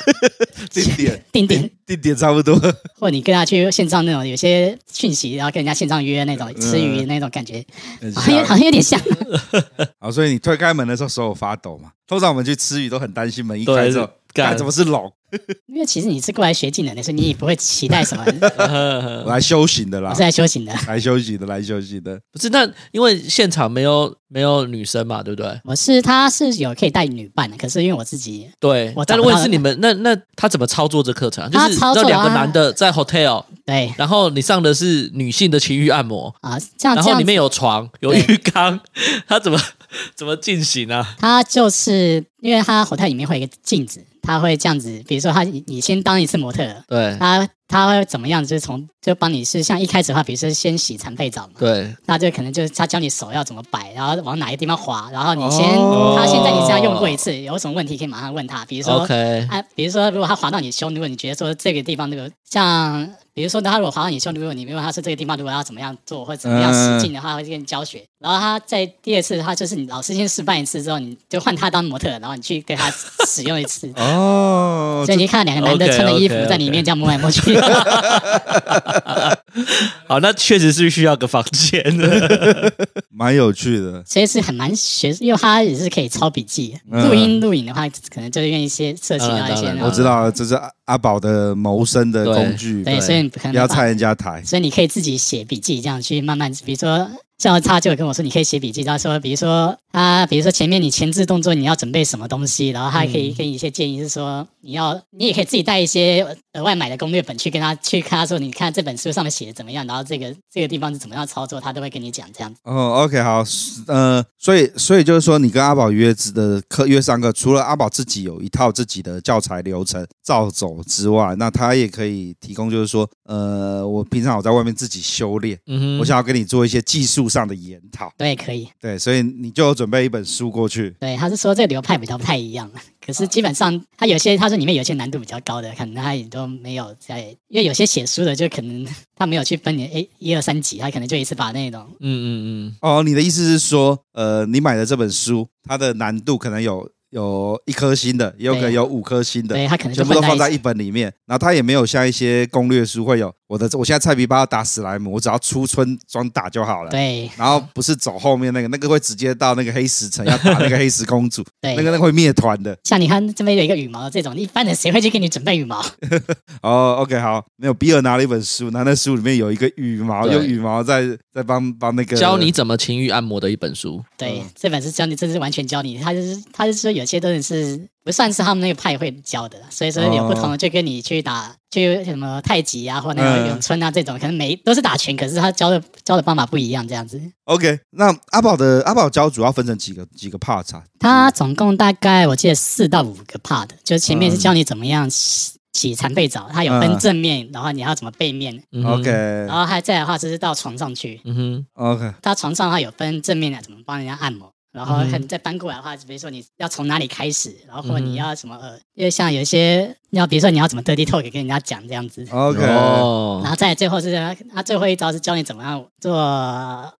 定 点
定点，
定点差不多。
或你跟他去线上那种有些讯息，然后跟人家线上约那种
嗯
吃鱼那种感觉，
很
啊
好像有
像
好像有点像。啊
好，所以你推开门的时候手有发抖嘛？通常我们去吃鱼都很担心门一开
对
之后，
干
干怎么是龙？
因为其实你是过来学技能的，所以你也不会期待 什么，
嗯
我来修行的
我
啦
是，来修行的。
来修行的，来修行的。
不是，那因为现场没有没有女生嘛，对不对？
我是他是有可以带女伴的，可是因为我自己
对
我，
但
找不
问
到
题是你们那那他怎么操作这课程、啊？就
他
是
操作
那两个
啊
男的在 hotel，
对
然后你上的是女性的情欲按摩，
啊，这样
然
这
后
样
里
子
面有床有
对
浴缸， 他怎么怎么进行啊？
他就是因为他 hotel 里面会有一个镜子，他会这样子，比如说他你你先当一次模特儿，
嗯
对
他他会怎么样？就是从就帮你是像一开始的话，比如说先洗残废澡嘛，
对，
那就可能就是他教你手要怎么摆，然后往哪个地方滑，然后你先、
哦
他先在你身上用过一次，有什么问题可以马上问他，比如说。
OK，
啊，比如说，如果他滑到你胸，如果你觉得说这个地方，如果像，比如说他如果滑到你胸，如果你问他说这个地方如果要怎么样做或者怎么样使劲的话，会跟你教学。然后他在第二次，他就是你老师先示范一次之后，你就换他当模特，然后你去给他使用一次。
哦，
所以你看到两个男的
OK，
穿着衣服
OK，OK
在里面这样摸来摸去，
好，那确实是需要个房 间的。
蛮有趣的。
所以是很难学，因为他也是可以抄笔记。
嗯
录音录影的话，可能就是用一些色情
当然
啊一些
当然
那
我
种，
知道了，这是阿阿宝的谋生的
对
工具，
对，所以你可
不要
能
拆人家台。
所以你可以自己写笔记，这样去慢慢，比如说像他就有跟我说，你可以写笔记，他说，比如说啊，比如说前面你前置动作你要准备什么东西，然后他还可以给你一些建议，是说你要你也可以自己带一些额外买的攻略本去跟他去看，他说你看这本书上面写的怎么样，然后这个这个地方是怎么样操作，他都会跟你讲这样子。
哦，OK，好，呃，所以所以就是说，你跟阿宝约之的课约上课，除了阿宝自己有一套自己的教材流程照走之外，那他也可以提供，就是说，呃，我平常我在外面自己修炼，
嗯
我想要跟你做一些技术上的研讨，
对，可以。
对，所以你就有准备一本书过去，
对，他是说这个流派比较不太一样，可是基本上他有些他说里面有些难度比较高的，可能他也都没有在，因为有些写书的就可能他没有去分你诶一二三级，他可能就一次把那种
嗯嗯嗯，
哦，你的意思是说，呃，你买的这本书，它的难度可能有有一颗星的，也有可能有五颗星的，
对他可能就
全部都
混
放在
一
一本里面，然后它也没有像一些攻略书会有我的，我现在菜皮包要打史莱姆，我只要出村装打就好了。
对
然后不是走后面那个，那个会直接到那个黑石城要打那个黑石公主，
对，
那个那个会灭团的。
像你看这边有一个羽毛这种，一般人谁会去给你准备羽毛？
哦，OK，好，没有比尔拿了一本书，然后那书里面有一个羽毛，
对
用羽毛在在帮帮那个
教你怎么情欲按摩的一本书。
嗯
对，这本是教你，这是完全教你，他就是他就是说有些真的是不算是他们那个派会教的啦，所以说有不同的，
哦
就跟你去打去什么太极啊，或那个
嗯
咏春啊这种，可能每都是打拳，可是他教的教的方法不一样，这样子。
OK，那阿宝的阿宝教主要分成几个几个 part 啊？
他总共大概我记得四到五个 part，就是前面是教你怎么样洗洗残背澡，它有分
嗯
正面，然后你还要怎么背面，
嗯哼
OK
然后还再来的话就是到床上去，
嗯哼，
OK，
到床上的话有分正面的怎么帮人家按摩，然后
嗯哼
再翻过来的话，比如说你要从哪里开始，然后或者
嗯哼
你要什么，呃，因为像有一些你要比如说你要怎么 dirty talk 跟人家讲这样子，
OK，
呃
然
哦，
后再来最后是他最后一招是教你怎么样做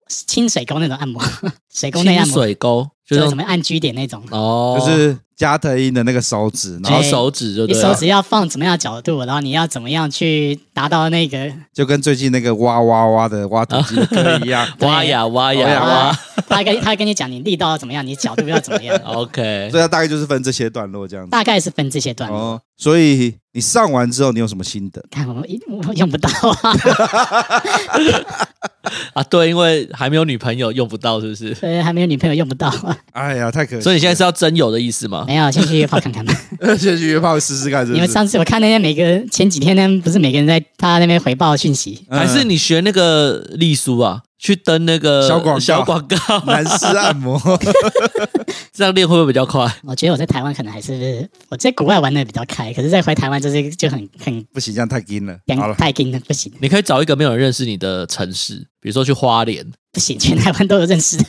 清水沟那种按摩， 水沟内
清
按摩，
水沟就
就是是
那
怎
种
么按 G 点那种。
哦，
就是加特因的那个手指，然
然
后
后手指就
哎你
对
手
了，。
指要放怎么样的角度，然后你要怎么样去达到那个
就跟最近那个挖挖挖的挖土机的歌一样
挖呀挖
哎
呀
呀
挖。，
啊，他跟他跟你讲你力道要怎么样，你角度要怎么样
OK，
所以它大概就是分这些段落这样子。
大概是分这些段落。
哦，所以你上完之后，你有什么心得？
看我一我用不到啊，
啊，对，因为还没有女朋友，用不到，是不是？
对，还没有女朋友用不到啊，
哎呀，太可惜了！
所以你现在是要真有的意思吗？
没有，先去约炮看看吧。
在 先去约炮试试看是不
你
是，
们上次我看那些每个人前几天呢，不是每个人在他那边回报讯息，
嗯
还 是你学那个丽书啊，去登那个
小广告
小广告，
男士按 摩？
这样练会不会比较快？
我觉得我在台湾可能还是我在国外玩的比较开，可是再回台湾就是就很很
不行，这样太硬了。好
两
了，
太硬了，不行
你可以找一个没有人认识你的城市，比如说去花莲，
不行，全台湾都有认识的，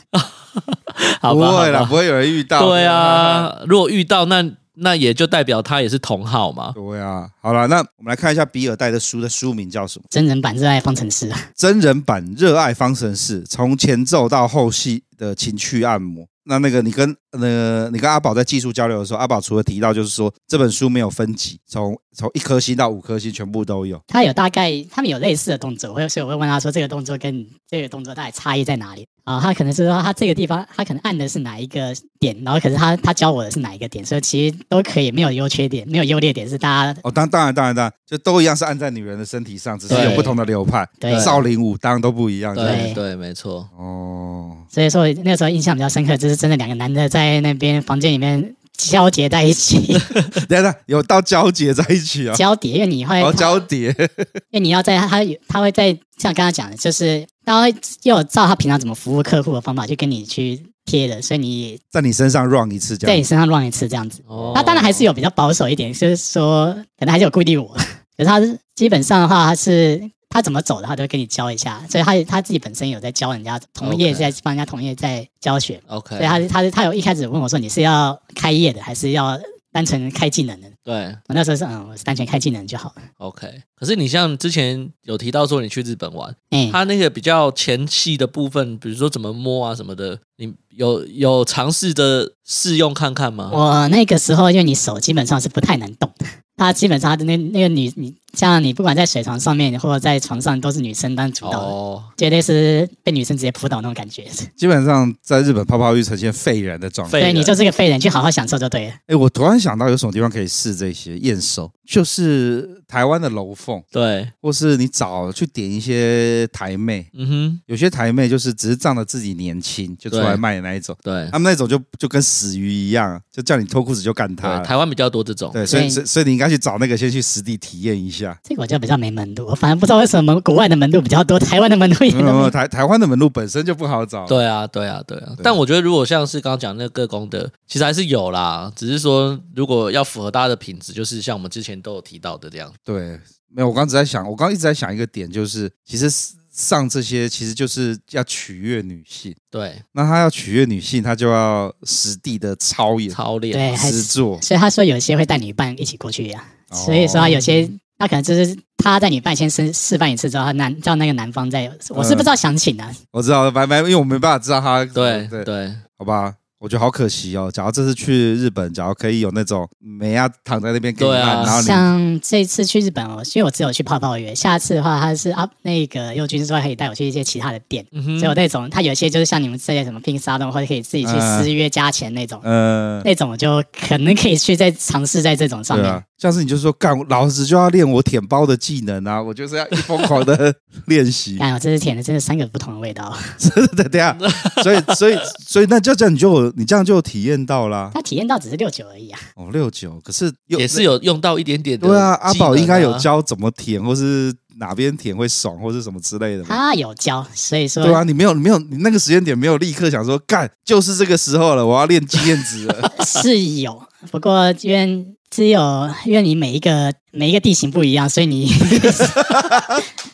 好
不
吧？
会
好
啦，
吧
不会有人遇到。
对，啊，如果遇到那那也就代表他也是同号嘛。
对啊。好了，那我们来看一下比尔戴的书的书名叫什么？
真人版热爱方程式啊，
真人版《热爱方程式》，从前奏到后戏的情趣按摩。那那个你跟呃你跟阿宝在技术交流的时候，阿宝除了提到就是说这本书没有分级，从从一颗星到五颗星全部都有。
他有大概他们有类似的动作，我有所以我会问他说这个动作跟这个动作到底差异在哪里啊？他可能是说他这个地方他可能按的是哪一个点，然后可是他他教我的是哪一个点，所以其实都可以，没有优缺点，没有优劣点是大家
哦，当当然当然当然，就都一样是按在女人的身体上，只是
对
有不同的流派，
对
少林武当都不一样。这样
对
对
对，没错。
哦，
所以说那时候印象比较深刻，就是真的两个男的在那边房间里面交叠在一起，
等一下有到交结在一起啊，
交叠，因为你会，
哦交叠，
因为你要在他有他会在像刚刚讲的，就是他会又照他平常怎么服务客户的方法去跟你去贴的，所以你
在你身上 run 一次这
在你
样。
身上乱一次这样子。
哦
他当然还是有比较保守一点，就是说可能还是有顾虑我，可是他是基本上的话，他是他怎么走的，他都会跟你教一下，所以他他自己本身有在教人家同业
OK
在帮人家同业在教学。
OK，
所以他是他是他有一开始问我说你是要开业的还是要单纯开技能的？
对
我那时候是嗯，我是单纯开技能就好了。
OK。可是你像之前有提到说你去日本玩，
哎、
他那个比较前期的部分，比如说怎么摸啊什么的，你有有尝试着试用看看吗？
我那个时候因为你手基本上是不太能动的，他基本上他的那那个女你像你不管在水床上面或者在床上都是女生当主导的，
哦，
绝对是被女生直接扑倒那种感觉。
基本上在日本泡泡浴呈现废人的状态。
废
对
人
你就是个废人，去好好享受就对了。
哎，我突然想到有什么地方可以试这些验收，就是台湾的楼缝，
对，
或是你找去点一些台妹，
嗯哼，
有些台妹就是只是仗着自己年轻就出来卖的那一种，
对
他们那种就就跟死鱼一样，就叫你脱裤子就干他
对，
了。
台湾比较多这种，
对，所以
对
所以所以你应该去找那个先去实地体验一下。
这个我就比较没门路，我反正不知道为什么国外的门路比较多，台湾的门路也
没
嗯
有没有
多。
台台湾的门路本身就不好找，
对啊，对啊，对啊。
哦对
但我觉得，如果像是刚刚讲那个各工的，其实还是有啦，只是说如果要符合大家的品质，就是像我们之前都有提到的这样。
对，没有，我刚刚只在想，我刚刚一直在想一个点，就是其实上这些其实就是要取悦女性，
对，
那他要取悦女性，他就要实地的操演、
操哎练，
对，还
实
是
做。
所以他说有些会带女伴一起过去呀、
哦
啊所以说他有些他可能就是他在女伴先示示范一次之后，他男叫那个男方再，
嗯
我是不知道详情啊，
我知道了，拜拜，因为我没办法知道他
对
对，
对，
好吧。我觉得好可惜哦。假如这次去日本，假如可以有那种美亚躺在那边给你
对啊
看，然后你
像这次去日本哦，因为我只有去泡泡园，下次的话他是啊那个佑君说可以带我去一些其他的店。
嗯
所以我
哼，
那种，他有一些就是像你们这些什么拼沙龙，或者可以
嗯
自己去私约加钱那种，
呃，
那种我就可能可以去再尝试在这种上
对
面。
啊，像是你就说干，老子就要练我舔包的技能啊，我就是要一疯狂的 练习。
哎，我这次舔的真的三个不同的味道，
对对啊，所以所以所以那就这样，你就有你这样就有体验到啦。
他体验到只是六九而已啊。
哦，六九，可是有
也是有用到一点点的。
对啊，阿宝应该有
教。
教怎么舔，或是哪边舔会爽，或是什么之类的嘛。
他有教，所以说
对啊，你没有，你没有，你那个时间点没有立刻想说，干，就是这个时候了，我要练经验值 了。
是有，不过因为只有因为你每一个每一个地形不一样，所以你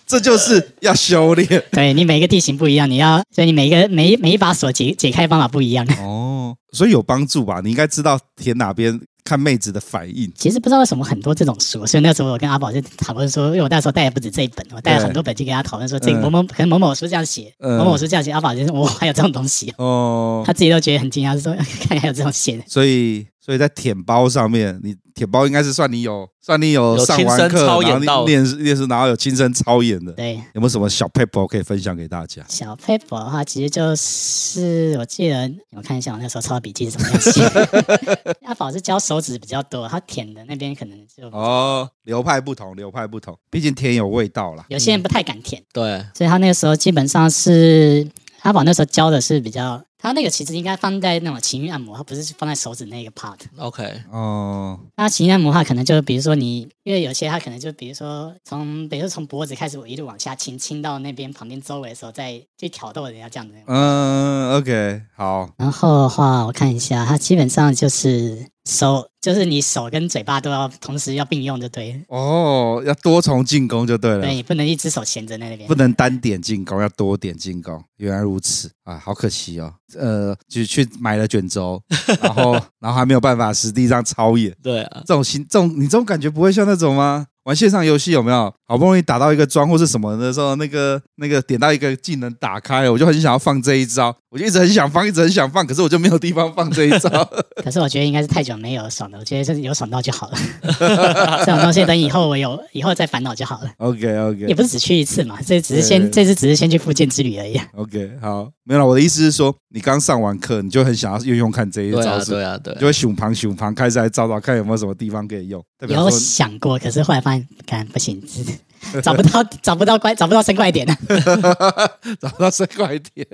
这就是要修 炼
对你每一个地形不一样，你要所以你每一个每一每一把锁解解开方法不一样。
哦，所以有帮助吧？你应该知道舔哪边，看妹子的反应。
其实不知道为什么很多这种书，所以那时候我跟阿宝就讨论说，因为我那时候带的不止这一本，我带了很多本去跟他讨论说，这个
嗯
某某可能某某书这样写，
嗯
某某书这样写，阿宝就说我还有这种东西哦，
哦，
他自己都觉得很惊讶，说 看还有这种写的。
所以所以在舔包上面，你舔包应该是算你有算你有
有
上
亲
完
身
课，
操
然后
演
你
到
练练是然后有亲身操演的，
对，
有没有什么小 paper 可以分享给大家？
小 paper 的话，其实就是我记得我看一下我那时候抄的笔记是什么样写。 阿宝是教手指比较多，他舔的那边可能就
哦，流派不同，流派不同，毕竟舔有味道啦。
有些人不太敢舔，
对，
所以他那个时候基本上是阿宝那时候教的是比较，他那个其实应该放在那种情欲按摩，他不是放在手指那个 part。
OK，
哦，
那情欲按摩的话，可能就比如说你，因为有些他可能就比如说从，比如说从脖子开始，我一路往下亲，亲到那边旁边周围的时候，再去挑逗人家这样子。
嗯，OK，好，
然后的话，我看一下，它基本上就是手，就是你手跟嘴巴都要同时要并用，就对了，
哦，要多重进攻就对了，啊
对，你不能一只手闲着在那边
不。能单点进攻，要多点进攻。原来如此啊，好可惜哦。呃，就去买了卷轴，然后然后还没有办法实地上操演，
对啊，
这种心，这种你这种感觉不会像那种吗？玩线上游戏有没有好不容易打到一个装或是什么的时候，那个那个点到一个技能打开了，我就很想要放这一招，我就一直很想放，一直很想放，可是我就没有地方放这一招。
可是我觉得应该是太久没有爽了，我觉得就是有爽到就 好了。这种东西等以后我有，以后再烦恼就好了。
OK
也
OK
不是只去一次嘛，这只是先，
对
这次只是先去复健之旅而已。啊
OK，好，没有了。我的意思是说，你刚上完课，你就很想要用用看这一
对
招
啊，
数，
对啊，对
你
啊
就会熊旁熊旁开始来找找看有没有什么地方可以用。代表
有
说
想过，可是后来发现，干 不行，这找不到，找不到怪，找不到生怪点啊。
找到最快一点。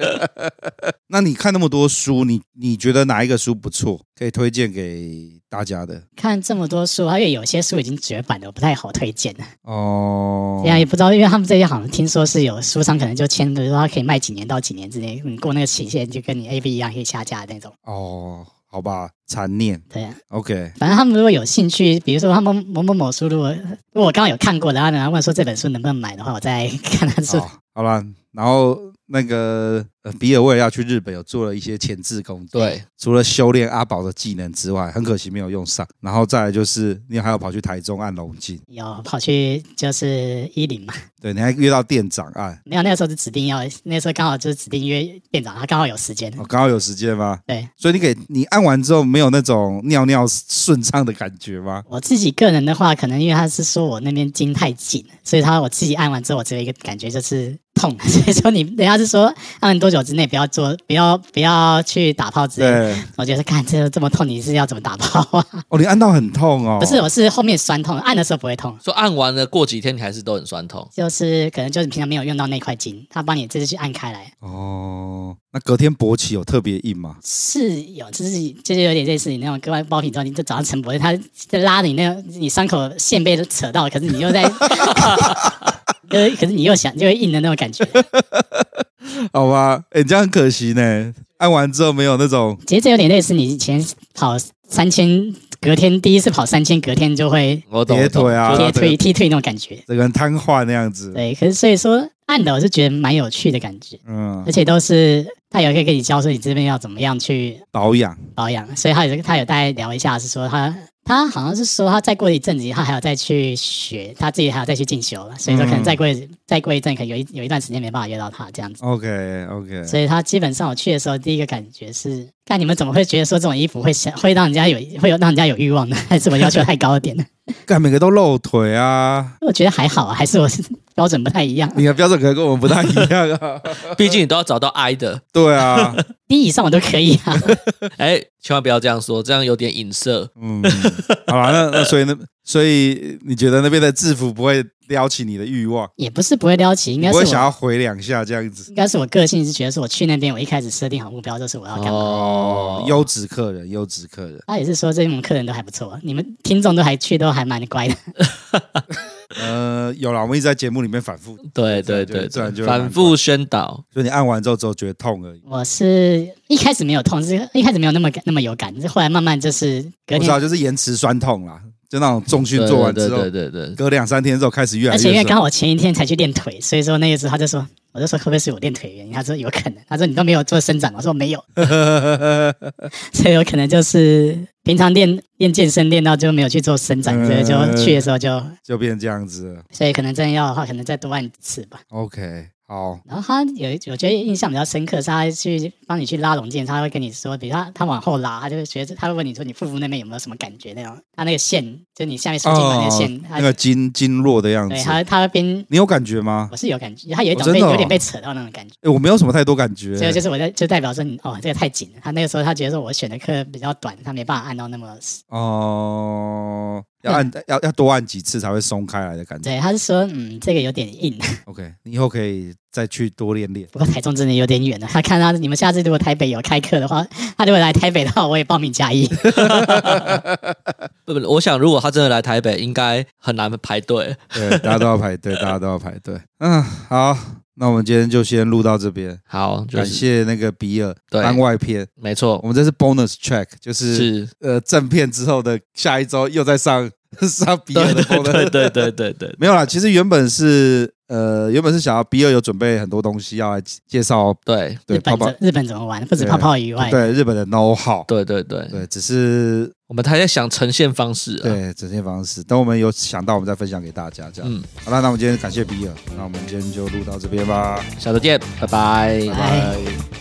那你看那么多书，你你觉得哪一个书不错，可以推荐给大家的？
看这么多书，而且有些书已经绝版了，我不太好推荐了。啊
哦
这，样也不知道，因为他们这些好像听说是有书商可能就签，比如说他可以卖几年到几年之内，你过那个期限就跟你 A B 一样可以下架的那种。
哦，好吧，残念
对、啊，
，OK，
反正他们如果有兴趣，比如说他们某某某书，如果如果我刚好有看过，然后然后问说这本书能不能买的话，我再 看他是
好，好了。然后那个呃，比尔为了要去日本，有做了一些前置工作，
对，
除了修炼阿宝的技能之外，很可惜没有用上。然后再来就是，你还要跑去台中按龙镜，
有跑去就是伊林嘛，
对，你还约到店长哎按。
没有那个时候是指定要，那时候刚好就是指定约店长，他刚好有时间。
哦，刚好有时间吗？
对
所以你给你按完之后，没有那种尿尿顺畅的感觉吗？
我自己个人的话，可能因为他是说我那边筋太紧，所以他我自己按完之后，我只有一个感觉就是 痛。所以说你人家是说按多久之内不要做，不要不要去打炮之类的。
对，
我觉得看这这么痛，你是要怎么打炮啊？
哦，你按到很痛哦。
不是，，我是后面酸痛，按的时候不会痛，
说按完了，过几天你还是都很酸痛。
就是可能就是你平常没有用到那块筋，他帮你这次去按开来，
哦，那隔天勃起有特别硬吗？
是有，就是就是有点类似你那种割完包皮之后，你就早上晨勃，他在拉你那个你伤口线被扯到，可是你又在， 就是可是你又想就会硬的那种感觉。
好吧，哎、这样很可惜呢。按完之后没有那种
其实这有点类似你以前跑三千，隔天第一次跑三千，隔天就会
我懂，
叠
我懂
腿啊，
贴
整
腿
个
踢腿那种感觉。
整个人瘫痪那样子。
对，可是所以说按的我是觉得蛮有趣的感觉，
嗯
而，且都是他有一个给你教说你这边要怎么样去
保养
保养，所以他有他有大概聊一下是说他。他好像是说，他再过一阵子，他还要再去学，他自己还要再去进修了，所以说可能再过一、再过一阵，可能有一有一段时间没办法约到他这样子。
，OK OK，
所以他基本上我去的时候，第一个感觉是，看你们怎么会觉得说这种衣服会想会让人家有会有让人家有欲望呢？还是我要求太高了点呢？
干每个都露腿啊，
我觉得还好啊，还是我是标准不太 一样，
你的标准可能跟我们不大一样啊。
毕竟你都要找到 I 的，
对啊，
低以上我都可以啊。
哎，千万不要这样说，这样有点影射。
嗯，好了，那那所以那所以你觉得那边的制服不会撩起你的欲望？
也不是不会撩起，应
你
该
不
是
会想
我，
要回两下这样子？
应该是我个性是觉得是我去那边，我一开始设定好目标就是我要干嘛。
哦
哦，优质客人，优质客人，
他也是说这门客人都还不错，你们听众都还去都还蛮乖的。
呃，有了，我们一直在节目里面反复，
对
这
对
样就
对，
这样就
对
会
反
蛮
复宣导，
所以你按完之后只有觉得痛而已。
我是一开始没有痛，是一开始没有那么感那么有感，是后来慢慢就是隔
我知
天，
道，就是延迟酸痛啦，就那种重训
对
做完
对
之后，
对对对对，
隔两三天之后开始越来
而且因
越
为
酸
刚。好我前一天才去练腿，所以说那个时候他就说，我就说会不会是我练腿的原因？他说有可能，他说你都没有做伸展吗，我 说没有， 所以有可能就是平常练练健身练到就没有去做伸展，所以
嗯
就去的时候就，
就变这样子了。
所以可能真的要的话，可能再多按几次吧。
OK，好，
然后他有，我觉得印象比较深刻是他去帮你去拉龙腱，他会跟你说，比如他他往后拉，他就会觉得他会问你说你腹部那边有没有什么感觉那种，他那个线就你下面手筋管那个线，他
啊那个经经络的样子
对，他他会边
你有感觉吗？
我是有感觉，他有一
哦
种
真
被、
的哦
有点被扯到那种感觉，
诶我没有什么太多感觉、
所以就是我在就代表说你哦这个太紧了，他那个时候他觉得说我选的课比较短，他没办法按到那么死，
哦、要按要要多按几次才会松开来的感觉。
对，他是说嗯这个有点硬，
OK，你以后可以再去多练练。
不过台中真的有点远了，他看他你们下次如果台北有开课的话，他如果来台北的话，我也报名加一，
不不，我想如果他真的来台北，应该很难排队。
对，大家都要排队，大家都要排队。嗯，好，那我们今天就先录到这边，
好，就
感
是
谢那个比尔
对
番外篇。
没错
我，们这是 bonus track，就是
是，
呃正片之后的下一周又在上 上比尔
对
的 bonus
对对对对对对，
没有啦，其实原本是呃，原本是想要比尔有准备很多东西要来介绍，
对
对
日
泡
本
泡
怎，日本怎么玩，不止
对
泡泡以外，
对日本的 know how，
对对对，
对，只是
我们还在想呈现方式啊。
呃对整些方式，等我们有想到，我们再分享给大家。这样，
嗯
好了，那我们今天感谢比尔，那我们今天就录到这边吧，
下周见，拜拜
拜拜。